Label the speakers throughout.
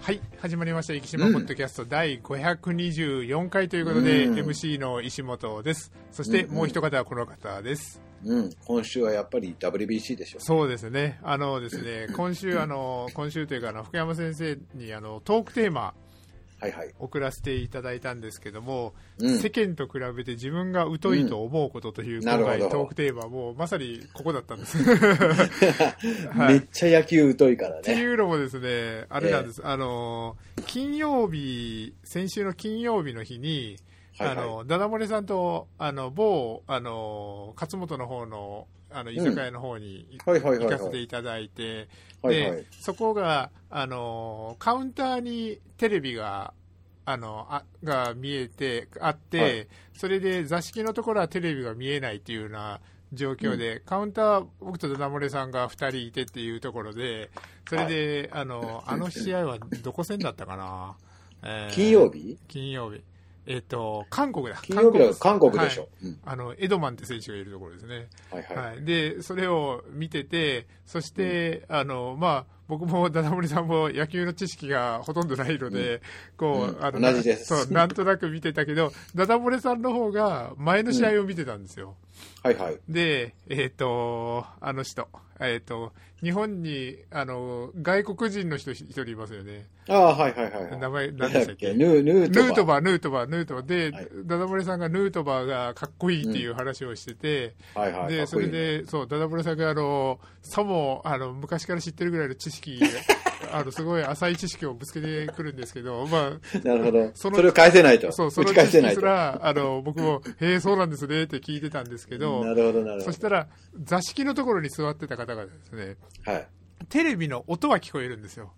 Speaker 1: はい始まりました「生島ポッドキャスト」第524回ということで、
Speaker 2: うん
Speaker 1: MC の石本ですそしてもう一方はこの方です、
Speaker 2: うん、今週はやっぱり WBC でしょ。
Speaker 1: そうですねあのですね今週あの今週というかあの福山先生にあのトークテーマ
Speaker 2: はいはい。
Speaker 1: 送らせていただいたんですけども、
Speaker 2: うん
Speaker 1: 世間と比べて自分が疎いと思うことという、
Speaker 2: うん
Speaker 1: 今
Speaker 2: な
Speaker 1: 回
Speaker 2: るほど
Speaker 1: トークテーマもまさにここだったんです はい
Speaker 2: めっちゃ野球疎いから
Speaker 1: って
Speaker 2: ね。
Speaker 1: いうのもですね、あれなんです、あの金曜日、先週の金曜日の日に、
Speaker 2: はいはい
Speaker 1: あのダダ漏れさんとあの某あの勝本の方のあの居酒屋の方にい
Speaker 2: はいはいはい
Speaker 1: 行
Speaker 2: は
Speaker 1: かせて
Speaker 2: い。
Speaker 1: いただいて、
Speaker 2: はいは
Speaker 1: で
Speaker 2: い。
Speaker 1: そこがあのカウンターにテレビが。あのあが見えてあって、
Speaker 2: はい
Speaker 1: それで座敷のところはテレビが見えないっていうような状況で、カウンター、僕とダダ漏れさんが2人いてっていうところで、それで、あのあの試合はどこ戦だったかな、えー
Speaker 2: 金曜日
Speaker 1: 金曜日、えっと韓国だ、
Speaker 2: 金曜日は
Speaker 1: 韓
Speaker 2: 韓
Speaker 1: 国
Speaker 2: 国
Speaker 1: です
Speaker 2: でしょ
Speaker 1: はい。
Speaker 2: うん
Speaker 1: あのエドマンって選手がいるところですね。
Speaker 2: はいはい。
Speaker 1: はい、でそれを見てて、そして、あのまあ、僕もダダモリさんも野球の知識がほとんどないので、こう
Speaker 2: うん
Speaker 1: あの
Speaker 2: 同じです
Speaker 1: そうなんとなく見てたけど、ダダモリさんの方が前の試合を見てたんですよ。
Speaker 2: はいはい。
Speaker 1: で、えっ、と、あの人、えっ、と、日本にあの外国人の人一人いますよね、
Speaker 2: ああ、はいはいはいはい。
Speaker 1: 名前、何でしたっけ。
Speaker 2: ヌー、ヌ
Speaker 1: ヌ
Speaker 2: ートバー。
Speaker 1: ートバー、ヌートバー、ヌートバーで、
Speaker 2: はい
Speaker 1: ダダモレさんがヌートバーがかっこいいっていう話をしてて、
Speaker 2: はいはい。か
Speaker 1: で
Speaker 2: っ
Speaker 1: そ
Speaker 2: こ
Speaker 1: れ
Speaker 2: いいね
Speaker 1: で、そうダダブレさんがあのさもあの昔から知ってるぐらいの知識 あのすごい浅い知識をぶつけてくるんですけど、ま
Speaker 2: なるほど。
Speaker 1: そ
Speaker 2: そ
Speaker 1: の
Speaker 2: れを返せないと。
Speaker 1: あ、そうそ
Speaker 2: 打
Speaker 1: の
Speaker 2: ち
Speaker 1: 知
Speaker 2: 返せな
Speaker 1: 識
Speaker 2: い
Speaker 1: す
Speaker 2: と。
Speaker 1: らあの僕も「へえそうなんですね」って聞いてたんですけど
Speaker 2: なるほどなるほ
Speaker 1: そし
Speaker 2: ど。
Speaker 1: たら座敷のところに座ってた方がですね
Speaker 2: はい。
Speaker 1: テレビの音は聞こえるんですよ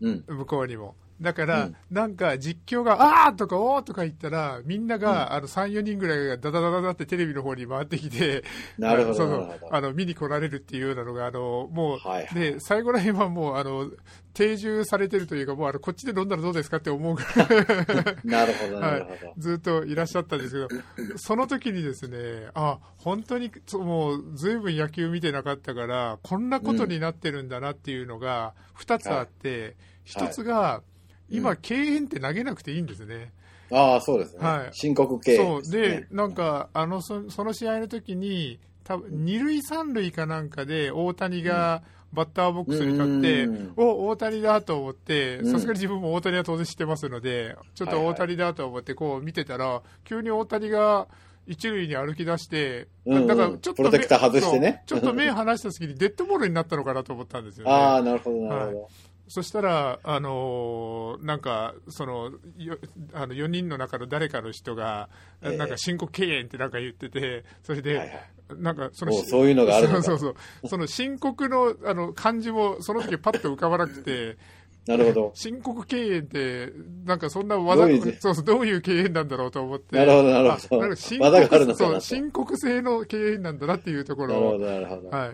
Speaker 2: うん。
Speaker 1: 向こうにも。だから、
Speaker 2: うん
Speaker 1: なんか実況が、あーとか、おーとか言ったら、みんなが、あの、3、4人ぐらいがダダダダダってテレビの方に回ってきて、
Speaker 2: なるほ
Speaker 1: そ
Speaker 2: どなる
Speaker 1: の
Speaker 2: ほど。
Speaker 1: あの見に来られるっていうようなのが、あのもう、
Speaker 2: はいはい
Speaker 1: で最後らへんはもうあの定住されてるというか、もうあのこっちで飲んだらどうですかって思うぐらい
Speaker 2: なるほどな
Speaker 1: は
Speaker 2: る
Speaker 1: い
Speaker 2: ほど。
Speaker 1: ずっといらっしゃったんですけど、その時にですね、あ本当にそうもうずいぶん野球見てなかったから、こんなことになってるんだなっていうのが2つあって、一1つが、今、敬遠って投げなくていいんですね。
Speaker 2: ああ、そうですね
Speaker 1: はい。
Speaker 2: 申告系。
Speaker 1: そうで、なんかあのそその試合の時に多分二塁三塁かなんかで大谷がバッターボックスに立って、
Speaker 2: うん
Speaker 1: お大谷だと思って
Speaker 2: うん
Speaker 1: さすがに自分も大谷は当然知ってますのでちょっ
Speaker 2: はい
Speaker 1: と
Speaker 2: はい
Speaker 1: 大谷だと思ってこう見てたら、急に大谷が一塁に歩き出して、
Speaker 2: うんうん
Speaker 1: なんかちょっと目
Speaker 2: プロテクター外してね
Speaker 1: そうちょっと目離した時にデッドボールになったのかなと思ったんですよね。
Speaker 2: ああ、なるほどなるほ
Speaker 1: そしたら、あのーなんかそのよあの4人の中の誰かの人が、
Speaker 2: ええ
Speaker 1: なんか申告敬遠ってなんか言ってて、それ
Speaker 2: ど。
Speaker 1: で、
Speaker 2: はいはい。
Speaker 1: なんかその
Speaker 2: おうそういうのがあるのか
Speaker 1: そうそうそうその申告のあの漢字もその時パッと浮かばなくて、
Speaker 2: なるほど。
Speaker 1: 申告敬遠って、なんかそんな技
Speaker 2: どういうね
Speaker 1: そうそうどういう敬遠なんだろうと思って、
Speaker 2: なるほどなるほど
Speaker 1: あなんか申
Speaker 2: 技があるの
Speaker 1: 告
Speaker 2: かなと
Speaker 1: そう申告制の敬遠なんだなっていうとこ
Speaker 2: なる
Speaker 1: ろ
Speaker 2: ほ
Speaker 1: を、
Speaker 2: どなるほど。
Speaker 1: はい、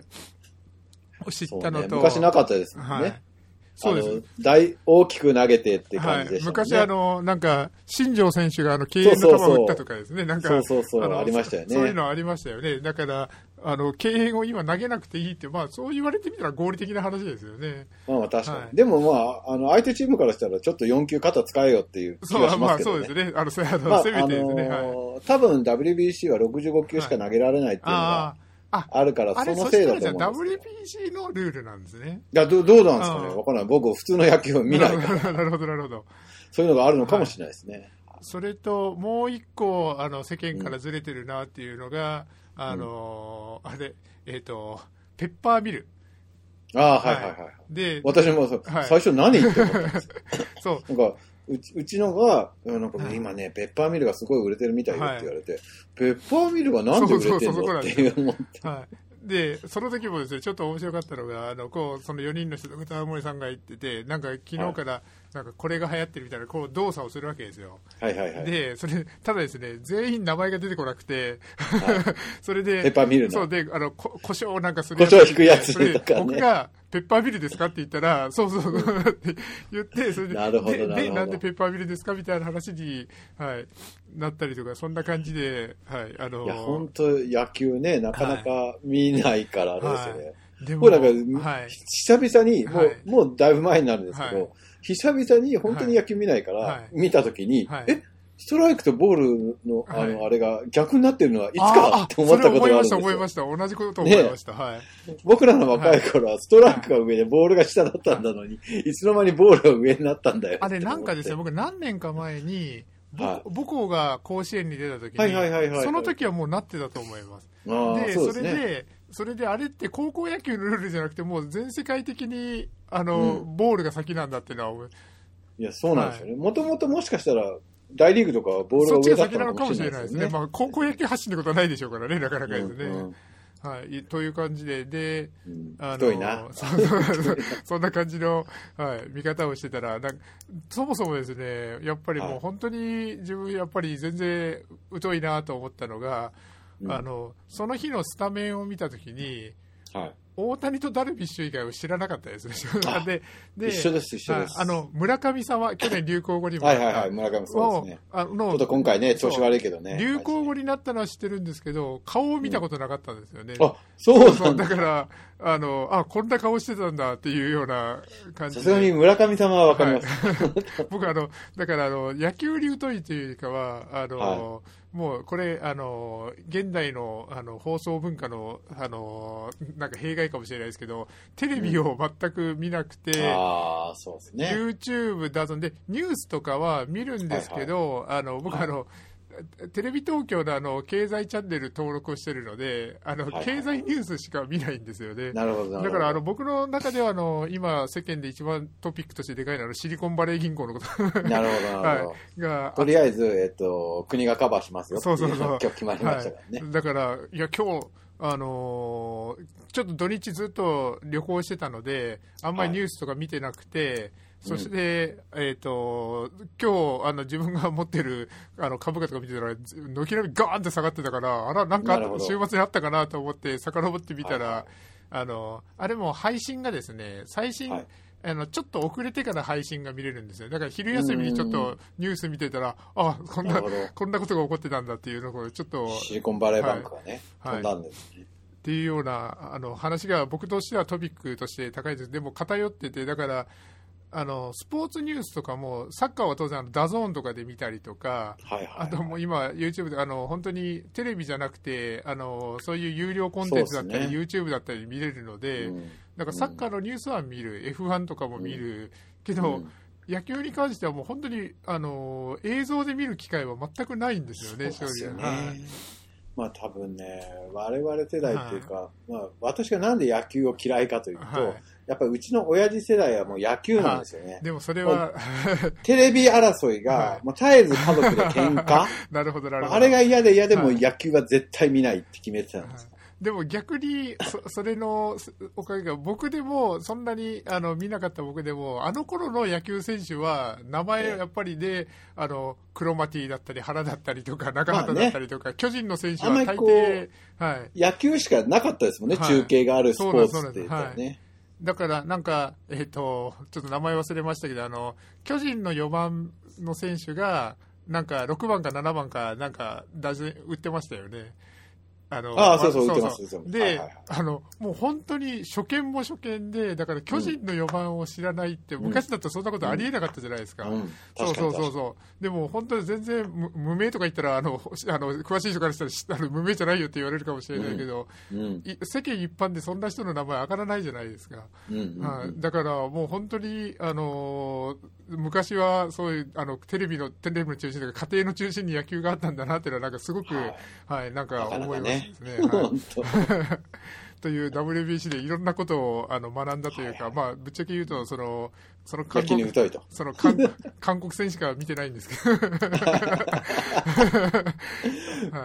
Speaker 1: を知っ
Speaker 2: そう
Speaker 1: たの
Speaker 2: ね、
Speaker 1: と。
Speaker 2: 昔なかったですもんね。
Speaker 1: はい、
Speaker 2: あ
Speaker 1: そうです
Speaker 2: の大大きく投げてって感じでした、ね
Speaker 1: 昔、あのなんか新庄選手があの敬遠の球を打ったとかですね、なんか
Speaker 2: そうそうそう
Speaker 1: の
Speaker 2: ありましたよね
Speaker 1: そういうのありましたよね、だから、あの敬遠を今投げなくていいって、まあ、そう言われてみたら合理的な話ですよね、
Speaker 2: まあまあ確かに。
Speaker 1: はい
Speaker 2: でもまあ、あの、相手チームからしたらちょっと4球肩使えよっていう気
Speaker 1: そう
Speaker 2: がし
Speaker 1: まあ
Speaker 2: ますけ
Speaker 1: そ
Speaker 2: ど
Speaker 1: うで
Speaker 2: ね
Speaker 1: す。ね、あのせあの
Speaker 2: まあ、あの
Speaker 1: せめてですね、はい、
Speaker 2: ー多分 WBC は65球しか投げられないっていうのが
Speaker 1: ああ、あ
Speaker 2: あるから、
Speaker 1: あれ、そ
Speaker 2: その
Speaker 1: し
Speaker 2: せい
Speaker 1: た
Speaker 2: だ
Speaker 1: らじ
Speaker 2: と
Speaker 1: ゃあ、
Speaker 2: 思うんですけど。
Speaker 1: WBC のルールなんですね。
Speaker 2: いやどうどうなんですかね
Speaker 1: あー
Speaker 2: わからない。僕、普通の野球を見ないか ら、
Speaker 1: なるほど、なるほど。
Speaker 2: そういうのがあるのかもしれないですね。
Speaker 1: それともう一個あの世間からずれてるなっていうのが、あのあれえっ、とペッパーミル
Speaker 2: ああ、はいはいはい。
Speaker 1: で
Speaker 2: 私もそう
Speaker 1: はい
Speaker 2: 最初何言って思ったんですよ
Speaker 1: そう
Speaker 2: なんか、うちうちのが、いやなん
Speaker 1: は
Speaker 2: か
Speaker 1: い
Speaker 2: 今ね、ペッパーミルがすごい売れてるみたいよって言われて、ペッパーミルがなんで売れて
Speaker 1: そうそ
Speaker 2: ん
Speaker 1: うそうそう
Speaker 2: のっていう思って。
Speaker 1: はい、でその時もですねちょっと面白かったのがあのこうその4人の人と田森さんが言っててなんか昨日から、なんかこれが流行ってるみたいなこう動作をするわけですよ、
Speaker 2: はいはいはい。
Speaker 1: でそれただですね全員名前が出てこなくて、 それで
Speaker 2: ペッパーミル
Speaker 1: そう
Speaker 2: の。
Speaker 1: であのこ胡椒をなんかする
Speaker 2: 胡椒を引くやつ
Speaker 1: それで
Speaker 2: とかね
Speaker 1: 僕がペッパーミルですかって言ったら、そうそうそうって言 って、それで、
Speaker 2: なるほど
Speaker 1: で
Speaker 2: なる
Speaker 1: で
Speaker 2: ほど
Speaker 1: なんでペッパーミルですかみたいな話に、はい、なったりとか、そんな感じで、はい、あの
Speaker 2: いや、本当野球ね、なかなか見ないからあれですよね。
Speaker 1: で
Speaker 2: もうなんか、
Speaker 1: はい。
Speaker 2: 久々に、もう、
Speaker 1: はい
Speaker 2: もうだいぶ前になるんですけど、
Speaker 1: はい
Speaker 2: 久々に本当に野球見ないから、
Speaker 1: はい
Speaker 2: 見たときに、
Speaker 1: はい
Speaker 2: え、ストライクとボールの、あの、
Speaker 1: はい
Speaker 2: あれが逆になってるのはいつかって思ったことがあるんです
Speaker 1: それ思い
Speaker 2: よ
Speaker 1: ま。した、思いました。同じこと思いました。はい。
Speaker 2: 僕らの若い頃は、ストライクが上でボールが下だったんだのに、いつの間にボールが上になったんだよっ
Speaker 1: あ
Speaker 2: て思っ
Speaker 1: れ、
Speaker 2: て。
Speaker 1: なんかですね、僕何年か前に、ぼ
Speaker 2: はい
Speaker 1: 母校が甲子園に出た時
Speaker 2: はいはいはいは
Speaker 1: に、
Speaker 2: い
Speaker 1: その時はもうなってたと思います。
Speaker 2: ああ、
Speaker 1: で、
Speaker 2: そう
Speaker 1: そ
Speaker 2: です
Speaker 1: れ
Speaker 2: ね。
Speaker 1: で、それであれって高校野球のルールじゃなくて、もう全世界的に、あの、ボールが先なんだっていうのは思い、
Speaker 2: いや、そうなんですよね。もともともしかしたら、大リーグとかはボール
Speaker 1: そ
Speaker 2: が
Speaker 1: っちが
Speaker 2: 上だった
Speaker 1: 先な
Speaker 2: の
Speaker 1: の
Speaker 2: か
Speaker 1: か
Speaker 2: も
Speaker 1: も
Speaker 2: し
Speaker 1: し
Speaker 2: れ
Speaker 1: れ
Speaker 2: な
Speaker 1: ないいで
Speaker 2: で
Speaker 1: すす
Speaker 2: ね。
Speaker 1: ね。まあ、高校野球発信のことはないでしょうからね、なかなかですね。
Speaker 2: うん
Speaker 1: はい。という感じで、で、
Speaker 2: うん
Speaker 1: あの
Speaker 2: 太いな。
Speaker 1: そうそうそうそんな感じの、はい、見方をしてたらなんかそもそもですねやっぱり
Speaker 2: は
Speaker 1: も
Speaker 2: いう
Speaker 1: 本当に自分やっぱり全然疎いなと思ったのが、
Speaker 2: うん
Speaker 1: あのその日のスタメンを見た時に
Speaker 2: はい
Speaker 1: 大谷とダルビッシュ以外を知らなかったですね
Speaker 2: あ
Speaker 1: でで
Speaker 2: 一緒です、一緒です。
Speaker 1: はいあの村上さんは去年流行語にも
Speaker 2: はいはいはい、村上そうですね。
Speaker 1: あ
Speaker 2: ちょ
Speaker 1: の
Speaker 2: っと今回ね、調子悪いけどね。
Speaker 1: 流行語になったのは知ってるんですけど顔を見たことなかったんですよね、
Speaker 2: あ、そう
Speaker 1: そ
Speaker 2: な
Speaker 1: うんだ
Speaker 2: だ。
Speaker 1: から、あの、あ、こんな顔してたんだっていうような感
Speaker 2: さ
Speaker 1: じ
Speaker 2: すがに
Speaker 1: で。
Speaker 2: 村上様はわかります。
Speaker 1: 僕あの、だからあの、野球に疎いというよりかは、あの、
Speaker 2: は
Speaker 1: もうこれ、あの、現代の、あの、放送文化の、あの、なんか弊害かもしれないですけど、テレビを全く見なくて、
Speaker 2: ああ、そうですね。
Speaker 1: YouTube だとで、ニュースとかは見るんですけど、あの僕
Speaker 2: はい
Speaker 1: あの、テレビ東京のあの経済チャンネル登録をしてるので、あの
Speaker 2: はいはい
Speaker 1: 経済ニュースしか見ないんですよね。
Speaker 2: なるほど、なるほど。
Speaker 1: だからあの僕の中ではあの今、世間で一番トピックとしてでかいのはあのシリコンバレー銀行のこと
Speaker 2: なるほど、なるほど。
Speaker 1: が、
Speaker 2: とりあえず、えっと、国がカバーしますよってい
Speaker 1: そうそうそう
Speaker 2: 今日決まりましたからね。
Speaker 1: だから、いや今日あのーちょっと土日ずっと旅行してたので、あんまりニュースとか見てなくて、そして、えっ、と、今日、あの、自分が持ってる、あの、株価とか見てたら、ず軒並みガーンって下がってたから、あら、なんかあっ
Speaker 2: なるほど
Speaker 1: 週末にあったかなと思って、遡ってみたら、
Speaker 2: はいはい
Speaker 1: あの、あれも配信がですね、最新、
Speaker 2: はい
Speaker 1: あの、ちょっと遅れてから配信が見れるんですよ。だから昼休みにちょっとニュース見てたら、あ、こん
Speaker 2: な
Speaker 1: な
Speaker 2: るほど、
Speaker 1: こんなことが起こってたんだっていうのを、ちょっと、
Speaker 2: シリコンバレーバンクがね、
Speaker 1: はい
Speaker 2: 飛んだんですね。
Speaker 1: っていうようなあの話が僕としてはトピックとして高いです、でも偏ってて、だからあのスポーツニュースとかも、サッカーは当然、あのダゾーンとかで見たりとか、
Speaker 2: はいはい。
Speaker 1: あともう今、YouTube であの本当にテレビじゃなくてあの、そういう有料コンテンツだったり、
Speaker 2: そうですね
Speaker 1: YouTube だったり見れるので、
Speaker 2: うん
Speaker 1: なんかサッカーのニュースは見る、F1 とかも見る、けど、
Speaker 2: うん
Speaker 1: 野球に関してはもう本当にあの映像で見る機会は全くないんですよね、
Speaker 2: そうですよね
Speaker 1: 正直はい
Speaker 2: まあ多分ね、我々世代っていうか、まあ私がなんで野球を嫌いかというと、
Speaker 1: はい
Speaker 2: やっぱりうちの親父世代はもう野球なんですよね。
Speaker 1: でもそれは、
Speaker 2: テレビ争いが、
Speaker 1: はい
Speaker 2: もう絶えず家族で喧嘩
Speaker 1: なるほど、なるほど。
Speaker 2: あれが嫌で嫌でも
Speaker 1: は
Speaker 2: う
Speaker 1: い
Speaker 2: 野球は絶対見ないって決めてたんです。
Speaker 1: でも逆にそ、それのすおかげが、僕でも、そんなにあの見なかった僕でも、あの頃の野球選手は、名前
Speaker 2: ええ
Speaker 1: やっぱりで、あのクロマティだったり、原だったりとか、中畑だったりとか、巨人の選手は
Speaker 2: あんま
Speaker 1: 大
Speaker 2: りこう
Speaker 1: 抵、はい、
Speaker 2: 野球しかなかったですもんね、
Speaker 1: はい
Speaker 2: 中継があるスポーツっていう
Speaker 1: そう
Speaker 2: か
Speaker 1: なんで
Speaker 2: ね。
Speaker 1: だからなんか、えっと、ちょっと名前忘れましたけど、あの巨人の4番の選手が、なんか6番か7番か、なんか打順、売ってましたよね。あの
Speaker 2: ああそうそう
Speaker 1: ま
Speaker 2: 打ってます打ってます
Speaker 1: で、
Speaker 2: はいはいはい
Speaker 1: あの、もう本当に初見も初見で、だから巨人の4番を知らないって、昔だったらそんなことありえなかったじゃないですか。
Speaker 2: うん、
Speaker 1: そう
Speaker 2: 確か
Speaker 1: そ
Speaker 2: に
Speaker 1: う
Speaker 2: 確
Speaker 1: そう
Speaker 2: か
Speaker 1: そう。でも本当に全然無無名とか言ったら、あの、しあの詳しい人からしたらしあの、無名じゃないよって言われるかもしれないけど、
Speaker 2: に。うん
Speaker 1: い世間一般でそんな人の名前上がらないじゃないですか。
Speaker 2: うんうん
Speaker 1: は
Speaker 2: う
Speaker 1: い
Speaker 2: ん、
Speaker 1: だからもう本当に、あのー昔はそういうあのテレビのテレビの中心というか家庭の中心に野球があったんだなっていうのはなんかすごく、
Speaker 2: は
Speaker 1: はいいなんか思いますね。はい、
Speaker 2: 本当
Speaker 1: という WBC でいろんなことをあの学んだというか、
Speaker 2: はい
Speaker 1: まあ、ぶっちゃけ言うとそのその
Speaker 2: 野
Speaker 1: 韓
Speaker 2: 球に
Speaker 1: 国
Speaker 2: 太いと。
Speaker 1: その韓韓国戦しか見てないんですけど、は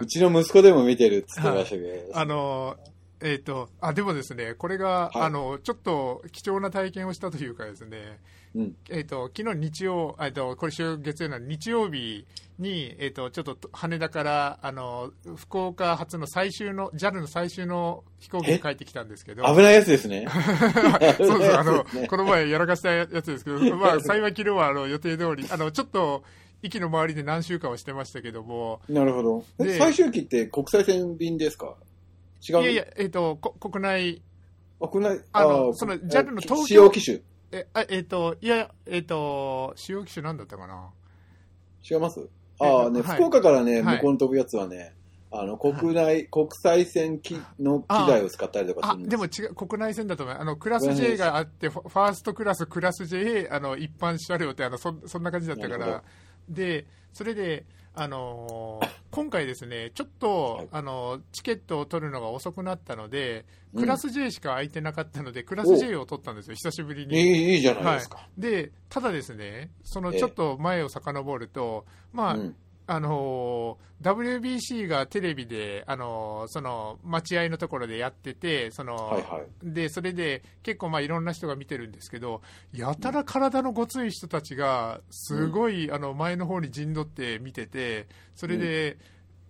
Speaker 1: いう
Speaker 2: ちの息子でも見てるって言ってましたけど。
Speaker 1: あのえっ、とあでもですねこれが、
Speaker 2: はい
Speaker 1: あのちょっと貴重な体験をしたというかですね
Speaker 2: うん
Speaker 1: えっと昨日日曜、えっとこれ週月曜の日曜日に、えっとちょっと羽田からあの福岡発の最終の JAL の最終の飛行機に帰ってきたんですけど、
Speaker 2: 危ないやつですね。
Speaker 1: そうそうあの
Speaker 2: 危ないやつですね
Speaker 1: この前やらかしたやつですけど、まあ、幸い昨日はあの予定通りあのちょっと息の周りで何週間はしてましたけども、
Speaker 2: なるほど。え
Speaker 1: で
Speaker 2: 最終期って国際線便ですか違う
Speaker 1: いやいや、えっとこ国内
Speaker 2: あ、こんな、
Speaker 1: あの
Speaker 2: ー
Speaker 1: その JAL の東京
Speaker 2: 使用機種。
Speaker 1: え、あえっ、と、いや、えっ、と、使用機種なんだったかな
Speaker 2: 違いますああね、
Speaker 1: はい
Speaker 2: 福岡からね、
Speaker 1: はい
Speaker 2: 向こうに飛ぶやつはね、あの、国内、国際線機の機
Speaker 1: あー
Speaker 2: 材を使ったりとか
Speaker 1: あ
Speaker 2: するん
Speaker 1: で
Speaker 2: です
Speaker 1: も違う、国内線だと思う。あの、クラス J があって、ファファーストクラス、クラス J、あの、一般車両って、あの、そんそんな感じだったか
Speaker 2: なるほ
Speaker 1: ら。で、それで、あのー今回ですね、ちょっと、
Speaker 2: はい
Speaker 1: あの、チケットを取るのが遅くなったので、
Speaker 2: うん
Speaker 1: クラス J しか空いてなかったので、クラス J を取ったんですよ、久しぶり
Speaker 2: い
Speaker 1: に。
Speaker 2: い、いいじゃないですか。
Speaker 1: で、ただですね、その
Speaker 2: ええ
Speaker 1: ちょっと前を遡ると、まあ、
Speaker 2: うん。
Speaker 1: あのー WBC がテレビで、あのーその待合のところでやってて、その
Speaker 2: はいはい。
Speaker 1: でそれで結構まあいろんな人が見てるんですけど、やたら体のごつい人たちが、すごい、あの前の方に陣取って見てて、それで、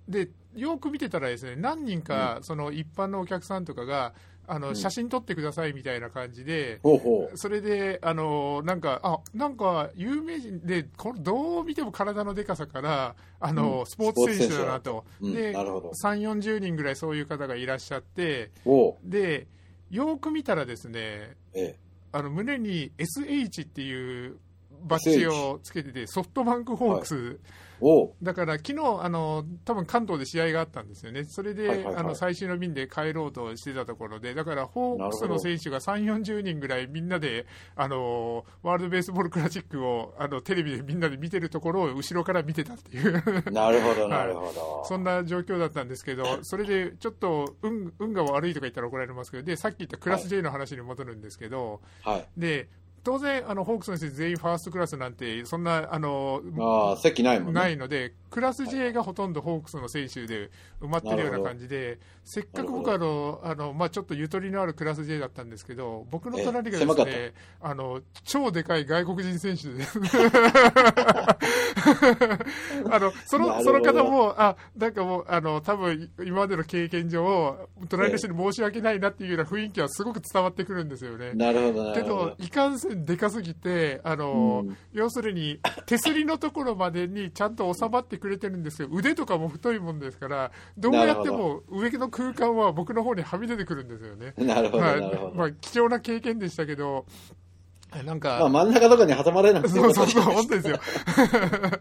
Speaker 1: でよく見てたら、ですね何人かその一般のお客さんとかが、あ
Speaker 2: う
Speaker 1: の
Speaker 2: ん
Speaker 1: 写真撮ってくださいみたいな感じで、
Speaker 2: ほうほ
Speaker 1: それで、あのなんか、あなんか有名人で、このどう見ても体のでかさから、あの
Speaker 2: うん
Speaker 1: スポーツ選手だなと、
Speaker 2: う。うん、
Speaker 1: で
Speaker 2: なるほど。
Speaker 1: 3、40人ぐらいそういう方がいらっしゃって、
Speaker 2: おう
Speaker 1: でよく見たら、ですね
Speaker 2: ええ。
Speaker 1: あの胸に SH っていうバッジをつけてて、ソフトバンクホークス。
Speaker 2: おう
Speaker 1: だから昨日あの多分関東で試合があったんですよね、それで、
Speaker 2: はいはいはい
Speaker 1: あの最終の便で帰ろうとしてたところで、だからホークス
Speaker 2: なる
Speaker 1: の
Speaker 2: ほど
Speaker 1: 選手が3、40人ぐらいみんなであのワールド・ベースボール・クラシックをあのテレビでみんなで見てるところを後ろから見てたっていう、
Speaker 2: なるほど、なるほど。
Speaker 1: そんな状況だったんですけど、それでちょっと運運が悪いとか言ったら怒られますけど、でさっき言ったクラス J の話に戻るんですけど、
Speaker 2: はい。
Speaker 1: で当然あの、ホークスの選手全員ファーストクラスなんて、そんなあの
Speaker 2: ああ、席ないもんね。
Speaker 1: ないので、クラス J がほとんどホークスの選手で埋まってるような感じで、せっかく僕あ
Speaker 2: な
Speaker 1: の、あのまあ、ちょっとゆとりのあるクラス J だったんですけど、僕の隣がで
Speaker 2: え狭
Speaker 1: す
Speaker 2: かっ
Speaker 1: ね、あの超でかい外国人選手 で、あのそ
Speaker 2: な
Speaker 1: の
Speaker 2: る
Speaker 1: そ
Speaker 2: ほ
Speaker 1: の
Speaker 2: ど
Speaker 1: 方も、あなんかもう、あの多分今までの経験上、隣の人に申し訳ないなっていうような雰囲気はすごく伝わってくるんですよね。
Speaker 2: なるほど、な
Speaker 1: け
Speaker 2: るほ
Speaker 1: ど
Speaker 2: ど、。
Speaker 1: いかんせんでかすぎて、あの、
Speaker 2: うん
Speaker 1: 要するに、手すりのところまでにちゃんと収まってくれてるんですけど、腕とかも太いもんですから、どうやっても上の空間は僕の方にはみ出てくるんですよね。
Speaker 2: なるほど、
Speaker 1: まあ
Speaker 2: なるほど。
Speaker 1: まあ、貴重な経験でしたけど、なん
Speaker 2: まあ
Speaker 1: か、
Speaker 2: 真ん中とかに挟まれなくて
Speaker 1: そ
Speaker 2: よ
Speaker 1: う
Speaker 2: か
Speaker 1: そ
Speaker 2: っ
Speaker 1: う
Speaker 2: た
Speaker 1: そう、本当ですよ。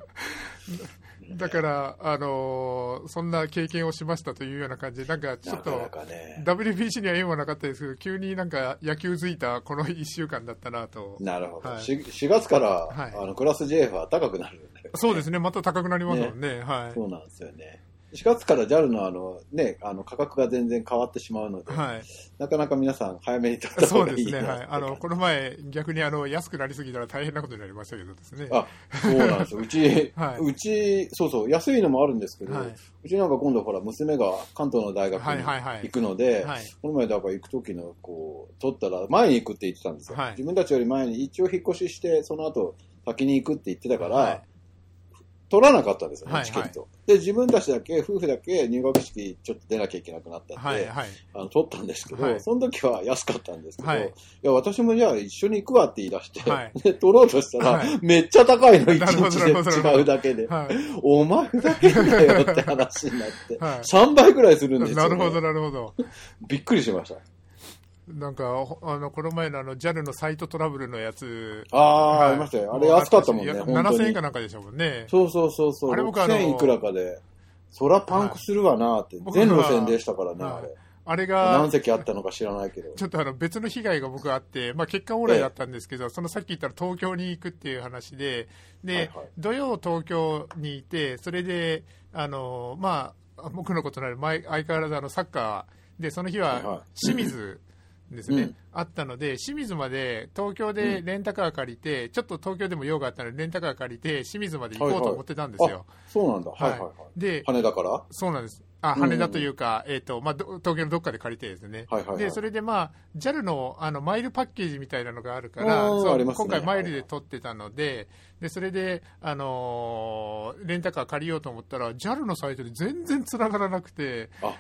Speaker 1: だから、あのそんな経験をしましたというような感じで、なんかちょ
Speaker 2: な
Speaker 1: っ
Speaker 2: かな
Speaker 1: と、
Speaker 2: かね。
Speaker 1: WBC には縁はなかったですけど、急になんか野球づいたこの1週間だったなと。
Speaker 2: なるほど。
Speaker 1: はい
Speaker 2: し 4, 月から、
Speaker 1: はい
Speaker 2: あのクラス JF は高くなるよね。
Speaker 1: そうですね、また高くなりますもんね。はい。
Speaker 2: そうなんですよね。4月から JAL のあの、ね、あの価格が全然変わってしまうので、
Speaker 1: はい。
Speaker 2: なかなか皆さん早めに取った
Speaker 1: そ
Speaker 2: 方
Speaker 1: う
Speaker 2: が
Speaker 1: で
Speaker 2: いい
Speaker 1: す
Speaker 2: な
Speaker 1: ね。はい。あの、
Speaker 2: って
Speaker 1: この前、逆にあの、安くなりすぎたら大変なことになりましたけどですね。
Speaker 2: あそうなんですよ。うち、
Speaker 1: はいう
Speaker 2: ち、そうそう、安いのもあるんですけど、
Speaker 1: はいう
Speaker 2: ちなんか今度ほら、娘が関東の大学
Speaker 1: はい
Speaker 2: に
Speaker 1: はいはい
Speaker 2: 行。くので、
Speaker 1: はい。
Speaker 2: この前だから行く時の、こう、取ったら前に行くって言ってたんですよ。
Speaker 1: はい
Speaker 2: 自分たちより前に一応引っ越しして、その後先に行くって言ってたから、
Speaker 1: はい
Speaker 2: 取らなかったんですよね、
Speaker 1: はい
Speaker 2: チケット。で、自分たちだけ、夫婦だけ入学式ちょっと出なきゃいけなくなったんで、
Speaker 1: はいはい。
Speaker 2: あの取ったんですけど、
Speaker 1: はい
Speaker 2: その時は安かったんですけど、、
Speaker 1: はいい
Speaker 2: や、私もじゃあ一緒に行くわって言い出して、
Speaker 1: はい
Speaker 2: で取ろうとしたら、
Speaker 1: はい
Speaker 2: めっちゃ高いの、一
Speaker 1: なるほど
Speaker 2: 日
Speaker 1: なるほどなるほ
Speaker 2: で
Speaker 1: ど
Speaker 2: 違うだけで。
Speaker 1: は
Speaker 2: お前ふざけんなよって話になって、
Speaker 1: はい
Speaker 2: 3倍くらいするんです
Speaker 1: い。
Speaker 2: よ、
Speaker 1: なるほど、なるほど。
Speaker 2: びっくりしました。
Speaker 1: なんか、ほあの、この前のあの、JAL のサイトトラブルのやつ。
Speaker 2: ああ、
Speaker 1: はい
Speaker 2: ありましたよ。あれ安かったもんね、
Speaker 1: いや
Speaker 2: 本当
Speaker 1: 7000円
Speaker 2: に
Speaker 1: か。なんかでしたもんね。
Speaker 2: そうそうそうそう。
Speaker 1: あれ僕あの
Speaker 2: 6000いくらかで、そらパンクするわなーって、
Speaker 1: はい
Speaker 2: 全路線でしたからね、
Speaker 1: 僕は
Speaker 2: あれ。
Speaker 1: あれが
Speaker 2: 何、席あったのか知らないけど。
Speaker 1: ちょっとあの別の被害が僕あって、まあ、結果オーライだったんですけど、そのさっき言ったら東京に行くっていう話で、で
Speaker 2: はいはい
Speaker 1: 土曜、東京にいて、それで、あのまあ、僕のことなる前相変わらずあのサッカーで、その日
Speaker 2: はいはい
Speaker 1: は清水ですね、
Speaker 2: うん
Speaker 1: あったので、清水まで東京でレンタカー借りて、ちょっと東京でも用があったので、レンタカー借りて、清水まで行こうと思ってたんですよ。
Speaker 2: あ、そうなんだ。はいはいはい。
Speaker 1: で
Speaker 2: 羽田からは
Speaker 1: そうなんです。あ、
Speaker 2: うんうん
Speaker 1: 羽田というか、えっ、と、まあ、ど東京のどっかで借りてですね。
Speaker 2: はいはいはい
Speaker 1: で、それでまあ、JAL の、あの、マイルパッケージみたいなのがあるから、
Speaker 2: あー
Speaker 1: そう
Speaker 2: ありますね
Speaker 1: 今回マイルで取ってたので、でそれで、あのーレンタカー借りようと思ったら JAL のサイトで全然繋がらなくて
Speaker 2: あ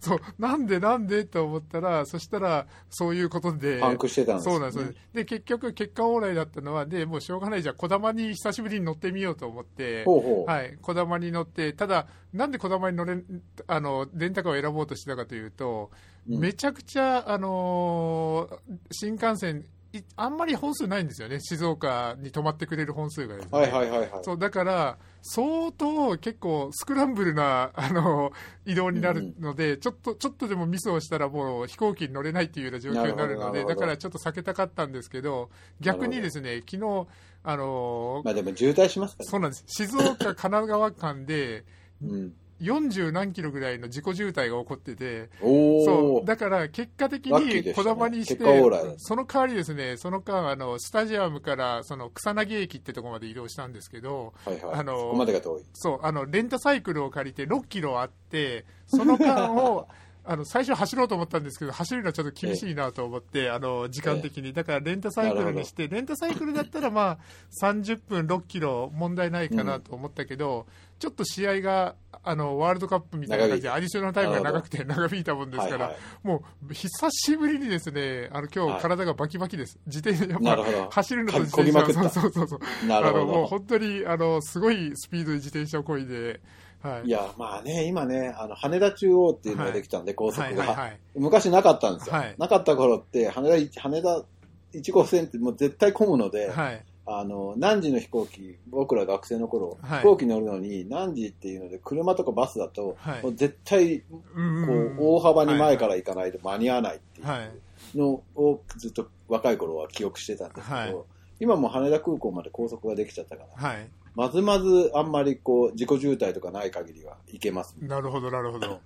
Speaker 1: そうなんでなんでと思ったらそしたらそういうことで
Speaker 2: パンクしてたんです
Speaker 1: そうなん
Speaker 2: よ
Speaker 1: ですよ、で結局結果往来だったのはでもうしょうがないじゃあこだまに久しぶりに乗ってみようと思って
Speaker 2: ほうほう。
Speaker 1: はい、こだまに乗って、ただ、なんでこだまに乗れんあのレンタカーを選ぼうとしてたかというと、
Speaker 2: うん
Speaker 1: めちゃくちゃ、あのー新幹線いあんまり本数ないんですよね、静岡に泊まってくれる本数がですね。
Speaker 2: はいはいはいはい。
Speaker 1: そうだから、相当結構スクランブルなあの移動になるので、ちょっとちょっとでもミスをしたら、もう飛行機に乗れないっていうような状況になるの
Speaker 2: なるほどな
Speaker 1: で、
Speaker 2: るほ
Speaker 1: だ
Speaker 2: ど
Speaker 1: からちょっと避けたかったんですけど、逆にですね、昨日あのー
Speaker 2: まあでも渋滞しますからね。
Speaker 1: そうなんです静岡、神奈川間で
Speaker 2: うん。
Speaker 1: 40何キロぐらいの自己渋滞が起こってて、
Speaker 2: お
Speaker 1: そう
Speaker 2: お。
Speaker 1: だから結果的
Speaker 2: ラッキーで
Speaker 1: に
Speaker 2: し
Speaker 1: こ
Speaker 2: たね
Speaker 1: だまにして、
Speaker 2: 結果オーライ
Speaker 1: その代わりですね、その間、あのスタジアムからその草薙駅ってとこまで移動したんですけど、
Speaker 2: はいはい。
Speaker 1: あのー
Speaker 2: そこまでが遠い。
Speaker 1: そうあのレンタサイクルを借りて6キロあって、その間 をあの最初走ろうと思ったんですけど、走るのはちょっと厳しいなと思って、あの時間的に、だからレンタサイクルにして、レンタサイクルだったら、まあ、30分6キロ、問題ないかなと思ったけど、ちょっと試合があのワールドカップみたいな感じで、アディショナルタイムが長くて長引いたもんです
Speaker 2: は
Speaker 1: か
Speaker 2: い
Speaker 1: ら、
Speaker 2: はい。
Speaker 1: もう久しぶりにですね、あの今
Speaker 2: は
Speaker 1: 日
Speaker 2: い
Speaker 1: 体がバキバキです、自転車、
Speaker 2: な
Speaker 1: やっ
Speaker 2: るほど
Speaker 1: ぱ走るのと自転
Speaker 2: こぎ
Speaker 1: 車、
Speaker 2: まくった
Speaker 1: そうそうそうそう。
Speaker 2: なる
Speaker 1: あのもう
Speaker 2: ほ
Speaker 1: 本当にあのすごいスピードで自転車をこいで、は
Speaker 2: ど。
Speaker 1: い、
Speaker 2: いや、まあね、今ね、あの、羽田中央っていうのができたんで、高
Speaker 1: はい
Speaker 2: 速
Speaker 1: はい
Speaker 2: が。
Speaker 1: はい、
Speaker 2: 昔なかったんですよ
Speaker 1: はい。
Speaker 2: なかった頃って、羽田一、羽田1号線ってもう絶対混むので、
Speaker 1: はい、
Speaker 2: あの、何時の飛行機、僕ら学生の頃、
Speaker 1: はい
Speaker 2: 飛行機乗るのに何時っていうので、車とかバスだと、
Speaker 1: はい
Speaker 2: もう絶対、こ
Speaker 1: うー
Speaker 2: う、
Speaker 1: ん
Speaker 2: 大幅に前から行かないと間に合わないってい
Speaker 1: はいう
Speaker 2: のをずっと若い頃は記憶してたんですけど、
Speaker 1: はい
Speaker 2: 今もう羽田空港まで高速ができちゃったから、
Speaker 1: はい、
Speaker 2: まずまずあんまりこう、自己渋滞とかない限りは行けます。
Speaker 1: なるほど、なるほど。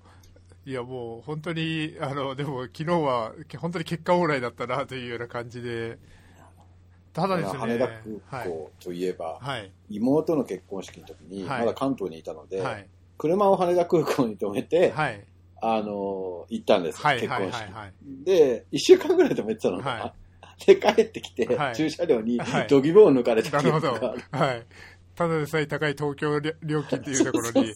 Speaker 1: いやもう本当にあのでも昨日はけ本当に結果往来だったなというような感じで、ただですね、
Speaker 2: 羽田空
Speaker 1: はい
Speaker 2: 港といえば、
Speaker 1: はい
Speaker 2: 妹の結婚式の時に、
Speaker 1: はい
Speaker 2: まだ関東にいたので、
Speaker 1: はい
Speaker 2: 車を羽田空港に止めて、
Speaker 1: はい
Speaker 2: あの、行ったんですよ、
Speaker 1: はい
Speaker 2: 結
Speaker 1: はいは
Speaker 2: 婚
Speaker 1: い
Speaker 2: 式。
Speaker 1: はい
Speaker 2: で、一週間ぐらい止めてたのかな。
Speaker 1: は
Speaker 2: で、帰ってきて、
Speaker 1: はい
Speaker 2: 駐車料に
Speaker 1: はい
Speaker 2: ドギボを抜かれ
Speaker 1: い、な
Speaker 2: た記
Speaker 1: るほ
Speaker 2: 憶が
Speaker 1: ど
Speaker 2: ある、
Speaker 1: はい、ただでさえ高い東京りょ料金というところに、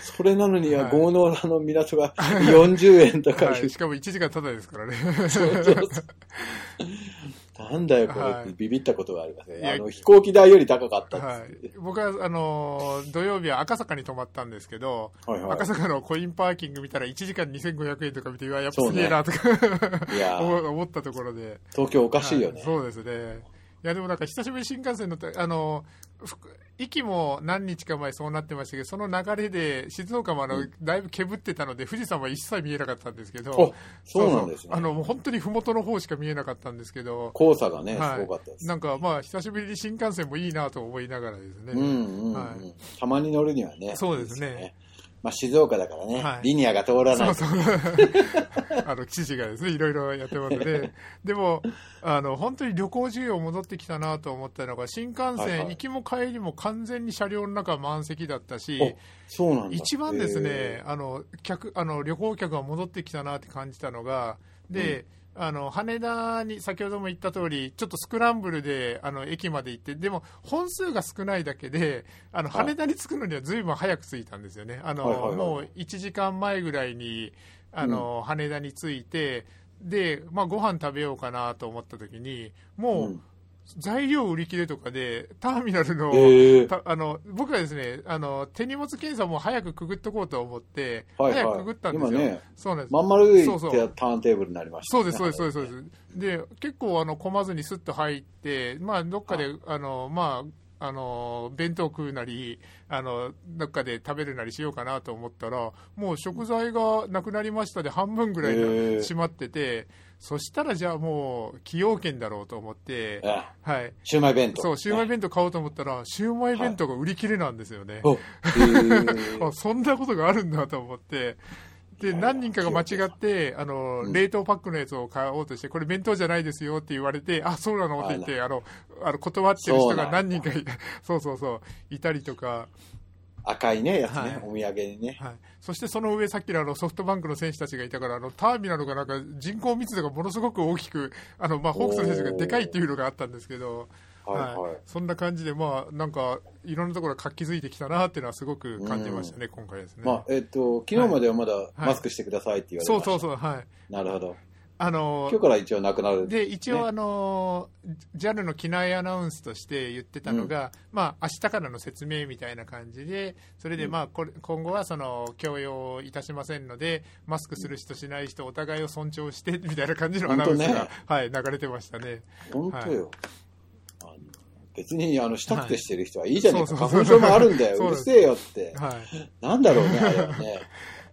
Speaker 2: それなのに、
Speaker 1: はい
Speaker 2: 豪農の港が40円とか
Speaker 1: は
Speaker 2: いう
Speaker 1: い、しかも1時間ただですからね。
Speaker 2: なんだよ、これ
Speaker 1: は
Speaker 2: っ
Speaker 1: い
Speaker 2: てビビったことがありますね。
Speaker 1: いや
Speaker 2: あの、飛行機代より高かった
Speaker 1: は
Speaker 2: んです
Speaker 1: い、僕はあのー土曜日は赤坂に泊まったんですけど、
Speaker 2: はいはい
Speaker 1: 赤坂のコインパーキング見たら1時間2500円とか見て、うわやっぱ
Speaker 2: そう
Speaker 1: す
Speaker 2: ね
Speaker 1: げえなとか、
Speaker 2: いやー、
Speaker 1: 思思ったところで、
Speaker 2: 東京おかしいよね
Speaker 1: は。そうですね、いやでもなんか久しぶりに新幹線乗ったあの福息も何日か前そうなってましたけど、その流れで静岡もあの、
Speaker 2: うん
Speaker 1: だいぶけぶってたので、富士山は一切見えなかったんですけ
Speaker 2: あ
Speaker 1: ど、
Speaker 2: そうなんです
Speaker 1: そうそうあ
Speaker 2: ね。
Speaker 1: のもう本当に麓の方しか見えなかったんですけど、
Speaker 2: 黄砂がね、す
Speaker 1: はい
Speaker 2: ごかったです。
Speaker 1: なんかまあ、久しぶりに新幹線もいいなと思いながらですね。
Speaker 2: うんうんうん
Speaker 1: は
Speaker 2: たまに乗るにはね。
Speaker 1: そうですね
Speaker 2: いいまあ、静岡だからね、
Speaker 1: はい
Speaker 2: リニアが通らない
Speaker 1: そうそう。 あの、記事がですね、いろいろやってます ね。でも、あの、本当に旅行需要戻ってきたなと思ったのが、新幹線、
Speaker 2: はいはい
Speaker 1: 行きも帰りも完全に車両の中満席だったし、
Speaker 2: そうなんだ。
Speaker 1: 一番ですね
Speaker 2: へ、
Speaker 1: あの、客、あの、旅行客が戻ってきたなって感じたのが、で、あの羽田に先ほども言った通り、ちょっとスクランブルであの駅まで行って、でも本数が少ないだけで、あの
Speaker 2: はい
Speaker 1: 羽田に着くのにはずいぶん早く着いたんですよね、あの
Speaker 2: はいはいはい
Speaker 1: もう1時間前ぐらいにあの、羽田に着いて、でまあ、ご飯食べようかなと思った時に、
Speaker 2: ー
Speaker 1: もう
Speaker 2: う
Speaker 1: ん材料売り切れとかで、ターミナルの
Speaker 2: へー
Speaker 1: たあの僕はですねあの手荷物検査も早くくぐっとこうと思って、
Speaker 2: はい
Speaker 1: 早く
Speaker 2: は
Speaker 1: く
Speaker 2: い
Speaker 1: ぐったんです
Speaker 2: 今
Speaker 1: よ、
Speaker 2: ね、
Speaker 1: そうなんです
Speaker 2: まん丸い
Speaker 1: そうそう
Speaker 2: ターンテーブルになりました
Speaker 1: そ
Speaker 2: ね、
Speaker 1: うですそうですそうですそうですで結構あの混まずにスッと入って、まあ、どっかで、あのまああの弁当食うなりあのどっかで食べるなりしようかなと思ったらもう食材がなくなりましたで半分ぐらい
Speaker 2: へ
Speaker 1: で
Speaker 2: ー
Speaker 1: 閉まっててそしたらじゃあもう崎陽軒だろうと思って、
Speaker 2: あ
Speaker 1: はい、
Speaker 2: シューマイ弁当。
Speaker 1: そうシューマイ
Speaker 2: 弁
Speaker 1: 弁当買おうと思ったらシューマイ弁当が売り切れなんですよね。
Speaker 2: 当。おへー
Speaker 1: あそんなことがあるんだと思って。
Speaker 2: い
Speaker 1: で、
Speaker 2: やいや
Speaker 1: 何人かが間違って、あの、
Speaker 2: うん
Speaker 1: 冷凍パックのやつを買おうとして、これ弁当じゃないですよって言われて、あ、そうなのって言って、あの、あの断ってる人が何人かいそうそうそう、いたりとか、
Speaker 2: 赤いね、やつね、
Speaker 1: はい
Speaker 2: お土産にね。
Speaker 1: はい。そしてその上、さっきのあの、ソフトバンクの選手たちがいたから、あの、ターミナルがなんか人口密度がものすごく大きく、あの、まあ、ホークスの選手がでかいっていうのがあったんですけど、
Speaker 2: はいはい。
Speaker 1: そんな感じで、まあ、なんか、いろんなところが活気づいてきたなっていうのはすごく感じましたね、今回ですね。
Speaker 2: まあ、えっと、昨日まではまだマスクしてくださいって言われて
Speaker 1: そ
Speaker 2: ま
Speaker 1: う
Speaker 2: した
Speaker 1: そうそう、はい。
Speaker 2: なるほど。
Speaker 1: あの
Speaker 2: 今日から一応なくなる。
Speaker 1: で一応、あの JAL の機内アナウンスとして言ってたのが、まあ明日からの説明みたいな感じで、それで、
Speaker 2: うん
Speaker 1: まあ、これ今後はその強要いたしませんので、マスクする人、しない人、お互いを尊重して みたいな感じのアナウンスが、
Speaker 2: 本当ね
Speaker 1: はい、流れてましたね。
Speaker 2: 本当よ。あの別に、あの、したくてしてる人はいいじゃねえか。
Speaker 1: はい
Speaker 2: 花粉症もあるんだ
Speaker 1: そう
Speaker 2: よ。う
Speaker 1: そう
Speaker 2: る
Speaker 1: そう
Speaker 2: せえよって。
Speaker 1: はい、
Speaker 2: なんだろうね、あれはね。